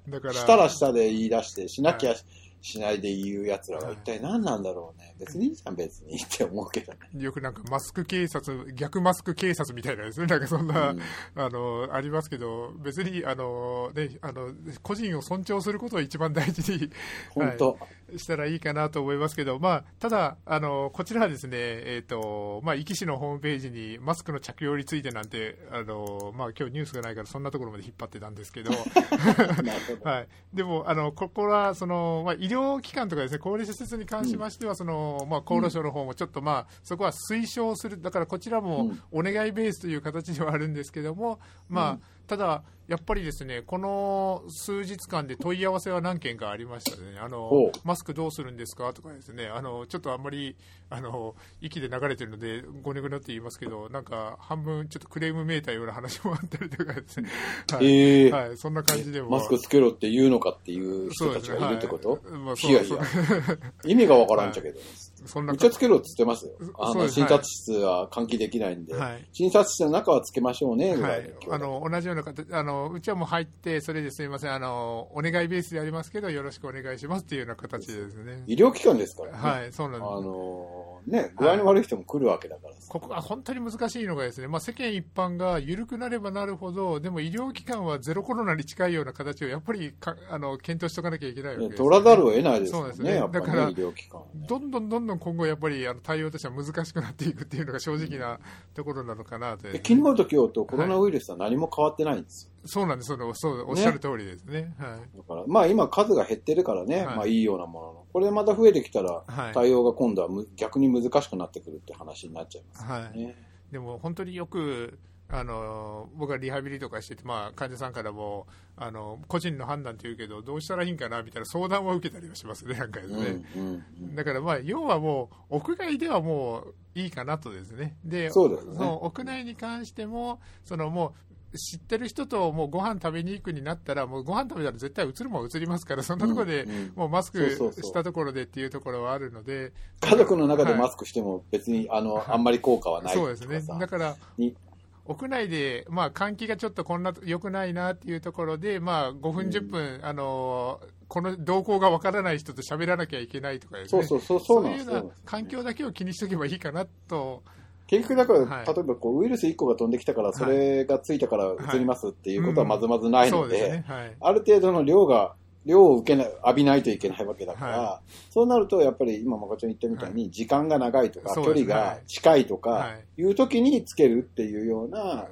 Speaker 1: だから
Speaker 2: したらしたで言い出して、しなきゃしないで言う奴らは一体何なんだろうね。別にいいじゃん、別にって思うけどね。
Speaker 1: よくなんかマスク警察、逆マスク警察みたいなですね、なんかそん
Speaker 2: う
Speaker 1: な、
Speaker 2: ん
Speaker 1: あのありますけど、別にあの、ね、あの個人を尊重することを一番大事に
Speaker 2: 本当。
Speaker 1: したらいいかなと思いますけど、まあ、ただあの、こちらはですね、えーとまあ、壱岐市のホームページにマスクの着用についてなんて、あのまあ今日ニュースがないから、そんなところまで引っ張ってたんですけど、
Speaker 2: なるほど。
Speaker 1: はい、でもあの、ここはその、まあ、医療機関とかです、ね、高齢者施設に関しましては、そのまあ、厚労省の方もちょっと、まあ、そこは推奨する、だからこちらもお願いベースという形ではあるんですけども、
Speaker 2: う
Speaker 1: ま
Speaker 2: ん
Speaker 1: あ、ただ、やっぱりですねこの数日間で問い合わせは何件かありましたね、あ
Speaker 2: ほ
Speaker 1: の
Speaker 2: う
Speaker 1: マスクどうするんですかとかですねあのちょっとあんまりあの息で流れてるので、ごねごねって言いますけど、なんか半分ちょっとクレームめいたような話もあったりとかですね。はい
Speaker 2: ええ。
Speaker 1: はい、そんな感じでも
Speaker 2: マスクつけろって言うのかっていう人たちがいるってこと、
Speaker 1: そうですねはいまあ
Speaker 2: いやい
Speaker 1: そう
Speaker 2: や、意味がわからんちゃけど、
Speaker 1: そん
Speaker 2: め
Speaker 1: な
Speaker 2: っちゃ
Speaker 1: 感
Speaker 2: つけろって言ってますよ。あ
Speaker 1: そう
Speaker 2: の、
Speaker 1: です
Speaker 2: 診察室は換気できないんで、
Speaker 1: はい
Speaker 2: 診察室の中はつけましょうね、ぐ
Speaker 1: は
Speaker 2: らい
Speaker 1: い
Speaker 2: の、
Speaker 1: あの同じような形あの、うちはもう入って、それですみませんあの、お願いベースでありますけど、よろしくお願いしますっていうような形でですね、
Speaker 2: 医療機関ですからね。
Speaker 1: はい、そうな
Speaker 2: あ
Speaker 1: んです。
Speaker 2: のね、具合の悪い人も来るわけだからさ。
Speaker 1: ここが本当に難しいのが、ですね、まあ、世間一般が緩くなればなるほど、でも医療機関はゼロコロナに近いような形をやっぱりかあの検討しておかなきゃいけないわけです、
Speaker 2: 取らざるを得ないですもん
Speaker 1: そうで
Speaker 2: ね、
Speaker 1: すね
Speaker 2: やっぱり、
Speaker 1: だから
Speaker 2: ね、医療機関はね。
Speaker 1: どんどんどんどん今後、やっぱりあの対応としては難しくなっていくっていうのが正直なところなのかなと、
Speaker 2: で昨日と今日とコロナウイルスは何も変わってないんですよ。
Speaker 1: そうなんです、そのそうおっしゃる通りですね。はい
Speaker 2: だから、まあ今数が減ってるからね、
Speaker 1: はい
Speaker 2: まあいいようなものの。これまた増えてきたら、
Speaker 1: はい
Speaker 2: 対応が今度はむ逆に難しくなってくるって話になっちゃいます
Speaker 1: はい
Speaker 2: よね。
Speaker 1: でも本当によくあの僕はリハビリとかしてて、まあ、患者さんからもあの個人の判断っていうけどどうしたらいいんかなみたいな相談は受けたりはしますね、なんかですね。
Speaker 2: うんうんうん
Speaker 1: だから、まあ、要はもう、屋外ではもういいかなとですね、で
Speaker 2: そうですね
Speaker 1: の屋内に関しても、そのもう知ってる人ともうご飯食べに行くになったら、もうご飯食べたら絶対うつるもんうつりますから、そんなところで
Speaker 2: うんうん
Speaker 1: もうマス
Speaker 2: そう
Speaker 1: ク
Speaker 2: そうそう
Speaker 1: したところでっていうところはあるので、
Speaker 2: 家族の中で
Speaker 1: はい
Speaker 2: マスクしても別に、あの、あんまり効果はない
Speaker 1: そうで
Speaker 2: と
Speaker 1: す
Speaker 2: か
Speaker 1: ね
Speaker 2: さ。
Speaker 1: だから
Speaker 2: に
Speaker 1: 屋内で、まあ、換気がちょっとこんな良くないなっていうところで、まあ、5分、
Speaker 2: うん
Speaker 1: 10分、あのこの動向がわからない人と喋らなきゃいけないとかです
Speaker 2: そ
Speaker 1: ね、
Speaker 2: うそうそう、そう
Speaker 1: そ
Speaker 2: なん
Speaker 1: うい
Speaker 2: で
Speaker 1: う
Speaker 2: す
Speaker 1: よう
Speaker 2: そうなん
Speaker 1: な
Speaker 2: です
Speaker 1: 環境だけを気にしとけばいいかなと、
Speaker 2: 結局だから、
Speaker 1: はい
Speaker 2: 例えばこうウイルス1個が飛んできたから、それがついたから移りますっていうこと
Speaker 1: は
Speaker 2: は
Speaker 1: い
Speaker 2: まずまずない
Speaker 1: そ
Speaker 2: の
Speaker 1: うですね
Speaker 2: で、、
Speaker 1: はい
Speaker 2: ある程度の量が、量を受けな浴びないといけないわけだから、
Speaker 1: は
Speaker 2: そうなると、やっぱり今、まこちゃん言ったみたいに、時間が長いとか、
Speaker 1: そう
Speaker 2: 距
Speaker 1: です
Speaker 2: 離
Speaker 1: ね
Speaker 2: が近いと
Speaker 1: は
Speaker 2: か、
Speaker 1: い、
Speaker 2: いう時につけるっていうような、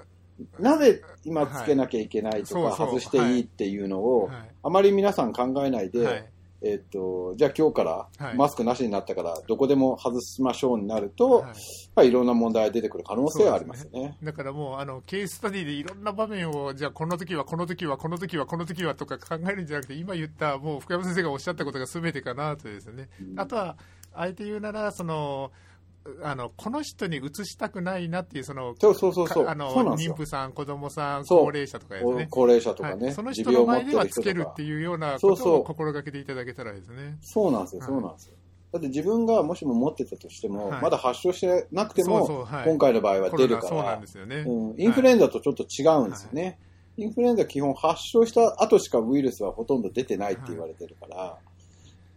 Speaker 2: なぜ今つけなきゃいけないとか、
Speaker 1: はいそうそ
Speaker 2: 外
Speaker 1: う
Speaker 2: していいっていうのを、
Speaker 1: は
Speaker 2: あまり皆さん考えない
Speaker 1: い
Speaker 2: で、
Speaker 1: はい
Speaker 2: えっと、じゃあ今日から、
Speaker 1: はい
Speaker 2: マスクなしになったから、どこでも外しましょうになると、
Speaker 1: はい
Speaker 2: まあ、いろんな問題が出てくる可能性はありますよね。
Speaker 1: だからもうあのケーススタディでいろんな場面をじゃあこの時はこの時はこの時はこの時はとか考えるんじゃなくて今言ったもう福山先生がおっしゃったことが全てかなとですね、
Speaker 2: うん
Speaker 1: あとはあえて言うならそのあのこの人に移したくないなっていうその
Speaker 2: そうそうそうそう。
Speaker 1: かあの
Speaker 2: そうなんで
Speaker 1: 妊
Speaker 2: すよ。
Speaker 1: 婦さん子供さん
Speaker 2: そう
Speaker 1: 高齢者とかです
Speaker 2: お
Speaker 1: ね
Speaker 2: 高齢者とか
Speaker 1: は
Speaker 2: ね
Speaker 1: い、その
Speaker 2: 持
Speaker 1: 人
Speaker 2: 病
Speaker 1: の
Speaker 2: を持っ
Speaker 1: 前で
Speaker 2: て
Speaker 1: は
Speaker 2: る
Speaker 1: つ
Speaker 2: 人
Speaker 1: け
Speaker 2: と
Speaker 1: る
Speaker 2: か
Speaker 1: って。いうような
Speaker 2: そ
Speaker 1: こ
Speaker 2: うそう
Speaker 1: とを心がけていただけたらですね
Speaker 2: そうなんですよ、
Speaker 1: はい
Speaker 2: そうなんですよ。だって自分がもしも持ってたとしても、
Speaker 1: はい
Speaker 2: まだ発症してなくて
Speaker 1: そう
Speaker 2: も、
Speaker 1: そうはい
Speaker 2: 今回の場合は
Speaker 1: コ
Speaker 2: 出
Speaker 1: ロ
Speaker 2: る
Speaker 1: ナ
Speaker 2: か
Speaker 1: そうなん
Speaker 2: ら
Speaker 1: で、すよね、
Speaker 2: うんインフルエンザとちょっと違うんですよね。インフルエンザ基本発症した後しかウイルスはほとんど出てないって言われてるから、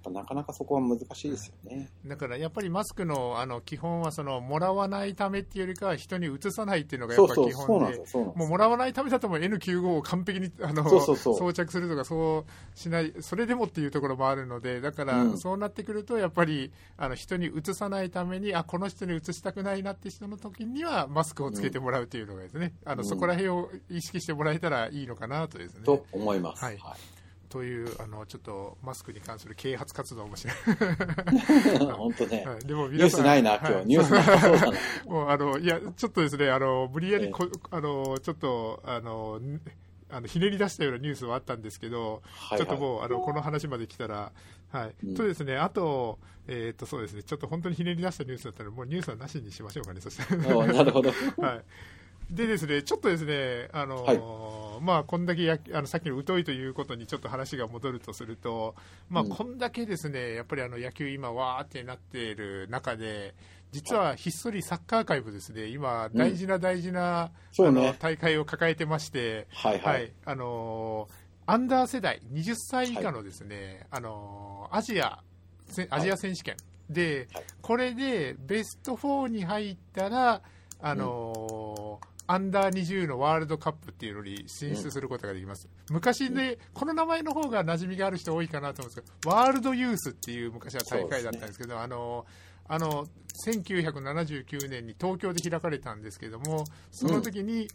Speaker 2: やっぱなかなかそこは難しいですよね。
Speaker 1: だからやっぱりマスクのあの基本はそのもらわないためっていうよりかは人に移さないっていうのがや
Speaker 2: そ
Speaker 1: っ
Speaker 2: う
Speaker 1: ぱ
Speaker 2: そう、
Speaker 1: 基
Speaker 2: そう
Speaker 1: 本
Speaker 2: なんです
Speaker 1: で
Speaker 2: よ、そうなんで
Speaker 1: もう
Speaker 2: す
Speaker 1: も
Speaker 2: よ。
Speaker 1: らわないためだともう N95 を完璧にあの
Speaker 2: そうそうそう
Speaker 1: 装着するとかそうしないそれでもっていうところもあるのでだから、
Speaker 2: うん
Speaker 1: そうなってくるとやっぱりあの人にうつさないためにあこの人にうつしたくないなって人の時にはマスクをつけてもらうというのがですね、あ
Speaker 2: う
Speaker 1: の
Speaker 2: ん
Speaker 1: そこら辺を意識してもらえたらいいのかなとですね。
Speaker 2: と思います。
Speaker 1: はい
Speaker 2: はい
Speaker 1: というあのちょっとマスクに関する啓発活動も し
Speaker 2: 本当ね。
Speaker 1: はい、でも
Speaker 2: ニュースないな、今日。ニュー スない。そうだな。
Speaker 1: もうあのいやちょっとですねあの無理やりこ、あのちょっとあのんあのひねり出したようなニュースはあったんですけど、
Speaker 2: はいはい
Speaker 1: ちょっともうあのこの話まで来たら、はい、
Speaker 2: うん
Speaker 1: とですねあとえーっとそうですねちょっと本当にひねり出したニュースだったらもうニュースはなしにしましょうかねそしたら。
Speaker 2: おな るほど。
Speaker 1: はい。でですね、ちょっとですね、あのまあ、こんだけやあのさっきの疎いということにちょっと話が戻るとすると、まあ、
Speaker 2: うん
Speaker 1: こんだけですね、やっぱりあの野球今、わーってなっている中で、実はひっそりサッカー界もですね、今、大事な大事な、
Speaker 2: そう
Speaker 1: あ
Speaker 2: ね
Speaker 1: の大会を抱えてまして、
Speaker 2: はい
Speaker 1: は
Speaker 2: はいい。、
Speaker 1: あのアンダー世代、20歳以下のですね、あのアジア、せアジア選手権で、
Speaker 2: はい
Speaker 1: これでベスト4に入ったら、あのアンダー20のワールドカップっていうのに進出することができます。昔で、この名前の方が馴染みがある人多いかなと思うんですけど、ワールドユースっていう昔は大会だったんですけど、あのあの1979年に東京で開かれたんですけども、その時に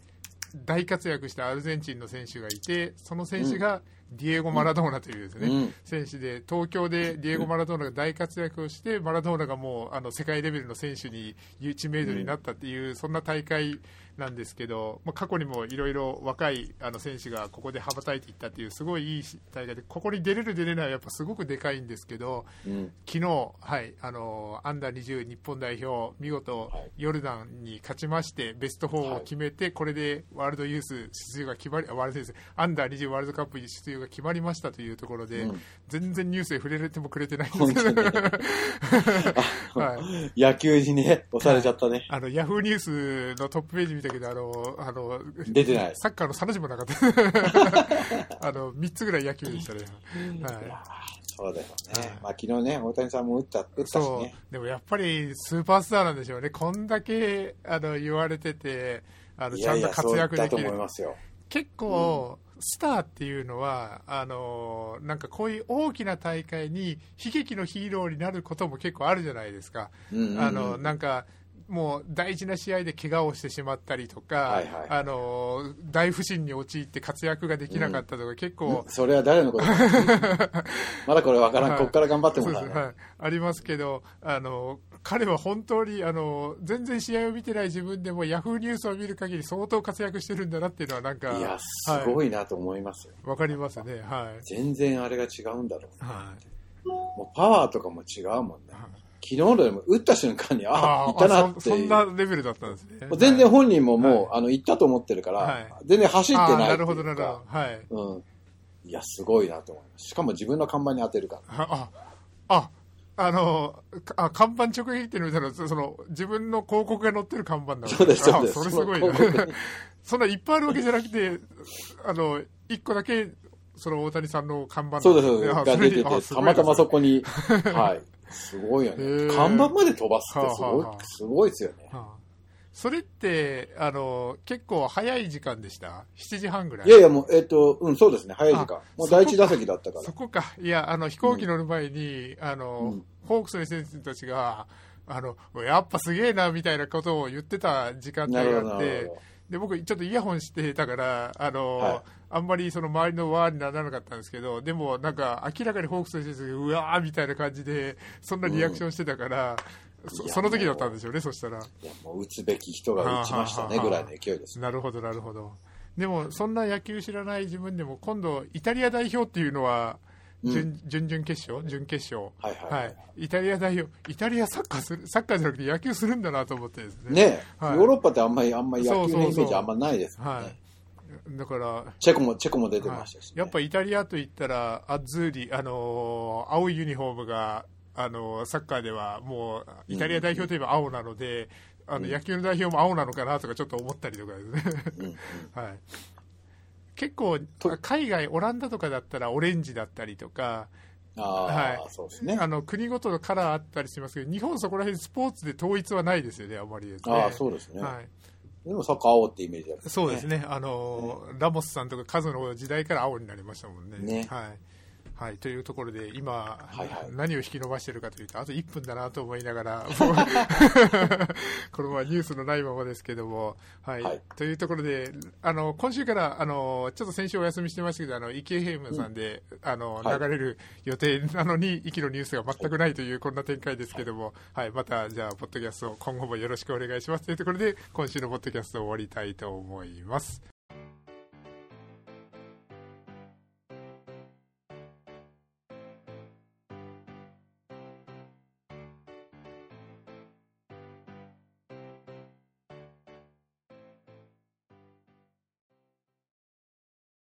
Speaker 1: 大活躍したアルゼンチンの選手がいて、その選手がディエゴ・マラドーナというですね、
Speaker 2: うん。
Speaker 1: 選手で、東京でディエゴ・マラドーナが大活躍をして、マラドーナがもうあの世界レベルの選手に有知名度になったっていう、そんな大会なんですけど、まあ、過去にもいろいろ若いあの選手がここで羽ばたいていったっていう、すごいいい大会で、ここに出れる、出れないはやっぱすごくでかいんですけど、
Speaker 2: うん。
Speaker 1: 昨日、はい、あのアンダー20日本代表、見事
Speaker 2: はい
Speaker 1: ヨルダンに勝ちまして、ベスト4を決めて、これでワールドユース出場が決まり、あワールドユース、アンダー20ワールドカップ出場が決まりましたというところで、
Speaker 2: うん
Speaker 1: 全然ニュースで触れてもくれてないんですけ ど、はい、
Speaker 2: 野球にね、押されちゃったね。
Speaker 1: あのヤフーニュースのトップページ見たけど、あのあの
Speaker 2: 出てない
Speaker 1: サッカーのさの字もなかった、 あの3つぐらい野球でしたね。はい
Speaker 2: そうだよ
Speaker 1: はい
Speaker 2: ね。まあ昨日ね、大谷さんも打った、打ったし
Speaker 1: そ
Speaker 2: ね。
Speaker 1: う、でもやっぱりスーパースターなんでしょうね、こんだけあの言われてて、あの
Speaker 2: い
Speaker 1: ちゃ
Speaker 2: や
Speaker 1: ん
Speaker 2: い
Speaker 1: と
Speaker 2: や、
Speaker 1: 活
Speaker 2: そう
Speaker 1: 躍
Speaker 2: だ
Speaker 1: で
Speaker 2: と
Speaker 1: き
Speaker 2: 思い
Speaker 1: る、
Speaker 2: ますよ。
Speaker 1: 結構、スターっていうのはあの、なんかこういう大きな大会に悲劇のヒーローになることも結構あるじゃないですか。
Speaker 2: うんうん
Speaker 1: あのなんかもう大事な試合で怪我をしてしまったりとか、
Speaker 2: はいはい
Speaker 1: あの大不振に陥って活躍ができなかったとか、結構
Speaker 2: それは誰のこと だまだこれわから
Speaker 1: は
Speaker 2: ん。
Speaker 1: い
Speaker 2: こっから頑張ってもら
Speaker 1: そうう
Speaker 2: ね
Speaker 1: です。はい、ありますけどあの彼は本当にあの全然試合を見てない自分でもヤフーニュースを見る限り相当活躍してるんだなっていうのはなんか
Speaker 2: いや、すごいなと思いますよ。
Speaker 1: わ、かりますねはい、
Speaker 2: 全然あれが違うんだろう。
Speaker 1: はい、
Speaker 2: もうパワーとかも違うもんね。
Speaker 1: はい
Speaker 2: 昨日のでも打った瞬間に、あ
Speaker 1: あ
Speaker 2: あ、いたなっ
Speaker 1: そ
Speaker 2: て
Speaker 1: そ
Speaker 2: い
Speaker 1: ん
Speaker 2: う。
Speaker 1: なレベルだったんですね
Speaker 2: もう全然本人ももう、
Speaker 1: は
Speaker 2: あの、行ったと思ってるから、
Speaker 1: はい
Speaker 2: 全然走って
Speaker 1: あ
Speaker 2: な
Speaker 1: ー
Speaker 2: いっていうか。
Speaker 1: なるほどなるほどはい
Speaker 2: うん。いや、すごいなと思います。しかも自分の看板に当てるから。
Speaker 1: あ、あ、あの、かあ看板直撃っていうのを見たら、そその、自分の広告が載ってる看板なの
Speaker 2: そうですそう
Speaker 1: あ
Speaker 2: です
Speaker 1: それすごい
Speaker 2: その広
Speaker 1: な。そんないっぱいあるわけじゃなくて、あの、一個だけ、その大谷さんの看板なん
Speaker 2: そうです、そうです。
Speaker 1: あ
Speaker 2: が
Speaker 1: それ
Speaker 2: 出
Speaker 1: に
Speaker 2: て
Speaker 1: あ
Speaker 2: て、
Speaker 1: す
Speaker 2: た
Speaker 1: ごいな
Speaker 2: またまそ
Speaker 1: れ
Speaker 2: こに、はい。すごいよ
Speaker 1: へー
Speaker 2: ね。看板まで飛ばすってすごい
Speaker 1: はあはあはあ、
Speaker 2: すごいですよね。
Speaker 1: はあそれって、あの、結構早い時間でした。7時半ぐらい。
Speaker 2: いやいや、もう、えっと、うん、そうですね、早い時間
Speaker 1: あ。
Speaker 2: もう
Speaker 1: そこ
Speaker 2: 第一打席だったから
Speaker 1: そ。こか、いや、あの飛行機乗る前に、あの
Speaker 2: うん
Speaker 1: ホークスの選手たちが、あのやっぱすげえなみたいなことを言ってた時間帯
Speaker 2: なるほど
Speaker 1: があっ
Speaker 2: なる
Speaker 1: て
Speaker 2: ほど、
Speaker 1: で僕、ちょっとイヤホンしてたから、あの
Speaker 2: はい
Speaker 1: あんまりその周りのわーにならなかったんですけど、でもなんか、明らかにホークスの選手がうわーみたいな感じで、そんなリアクションしてたから、
Speaker 2: い
Speaker 1: そ
Speaker 2: や
Speaker 1: その時だったんですよね、そしたら。
Speaker 2: いや、もう打つべき人が打ちましたね、
Speaker 1: はあはあ
Speaker 2: ぐ
Speaker 1: はあ
Speaker 2: らいの勢いです。
Speaker 1: なるほど、なるほど。でも、そんな野球知らない自分でも、今度、イタリア代表っていうのは、
Speaker 2: うん
Speaker 1: 準準々決勝、準決勝、
Speaker 2: はいはいはい
Speaker 1: イタリア代表、イタリアサッカーする、サッカーじゃなくて野球するんだなと思ってですね。
Speaker 2: ねえ
Speaker 1: はい
Speaker 2: ヨーロッパってあんまり、あんまり野球
Speaker 1: そうそ
Speaker 2: の
Speaker 1: う
Speaker 2: イ
Speaker 1: そ
Speaker 2: メ
Speaker 1: う
Speaker 2: ージあんまないですもん
Speaker 1: は
Speaker 2: ね。
Speaker 1: い。だから、
Speaker 2: チェコも、チェコも出て
Speaker 1: は
Speaker 2: ま
Speaker 1: い
Speaker 2: したしね。
Speaker 1: やっぱイタリアといったら、アッズーリ、あのー青いユニフォームが、あのーサッカーではもう、イタリア代表といえば青なので、あの野球の代表も青なのかなとか、ちょっと思ったりとかですね。
Speaker 2: うんうん
Speaker 1: はい、結構
Speaker 2: と
Speaker 1: 海外オランダとかだったらオレンジだったりとか、
Speaker 2: ああ、そうですね
Speaker 1: あ。の国ごとのカラーあったりしますけど日本そこら辺スポーツで統一はないですよねあんまりですね
Speaker 2: ああ、そうですね。
Speaker 1: はい、
Speaker 2: でもサッカー青ってイメージある。
Speaker 1: そうですねあのーラモスさんとかカズの時代から青になりましたもんね
Speaker 2: ね
Speaker 1: はいはい、というところで、今、
Speaker 2: はいはい
Speaker 1: 何を引き伸ばしてるかというと、あと1分だなと思いながら、 もうこのままニュースのないままですけども、はい。
Speaker 2: はい
Speaker 1: というところで、あの、今週から、あの、ちょっと先週お休みしてましたけど、あの、イケヘムさんで、あの、
Speaker 2: はい
Speaker 1: 流れる予定なのに、イキのニュースが全くないという、こんな展開ですけども、はい、また、じゃあ、ポッドキャストを今後もよろしくお願いしますというところで、今週のポッドキャストを終わりたいと思います。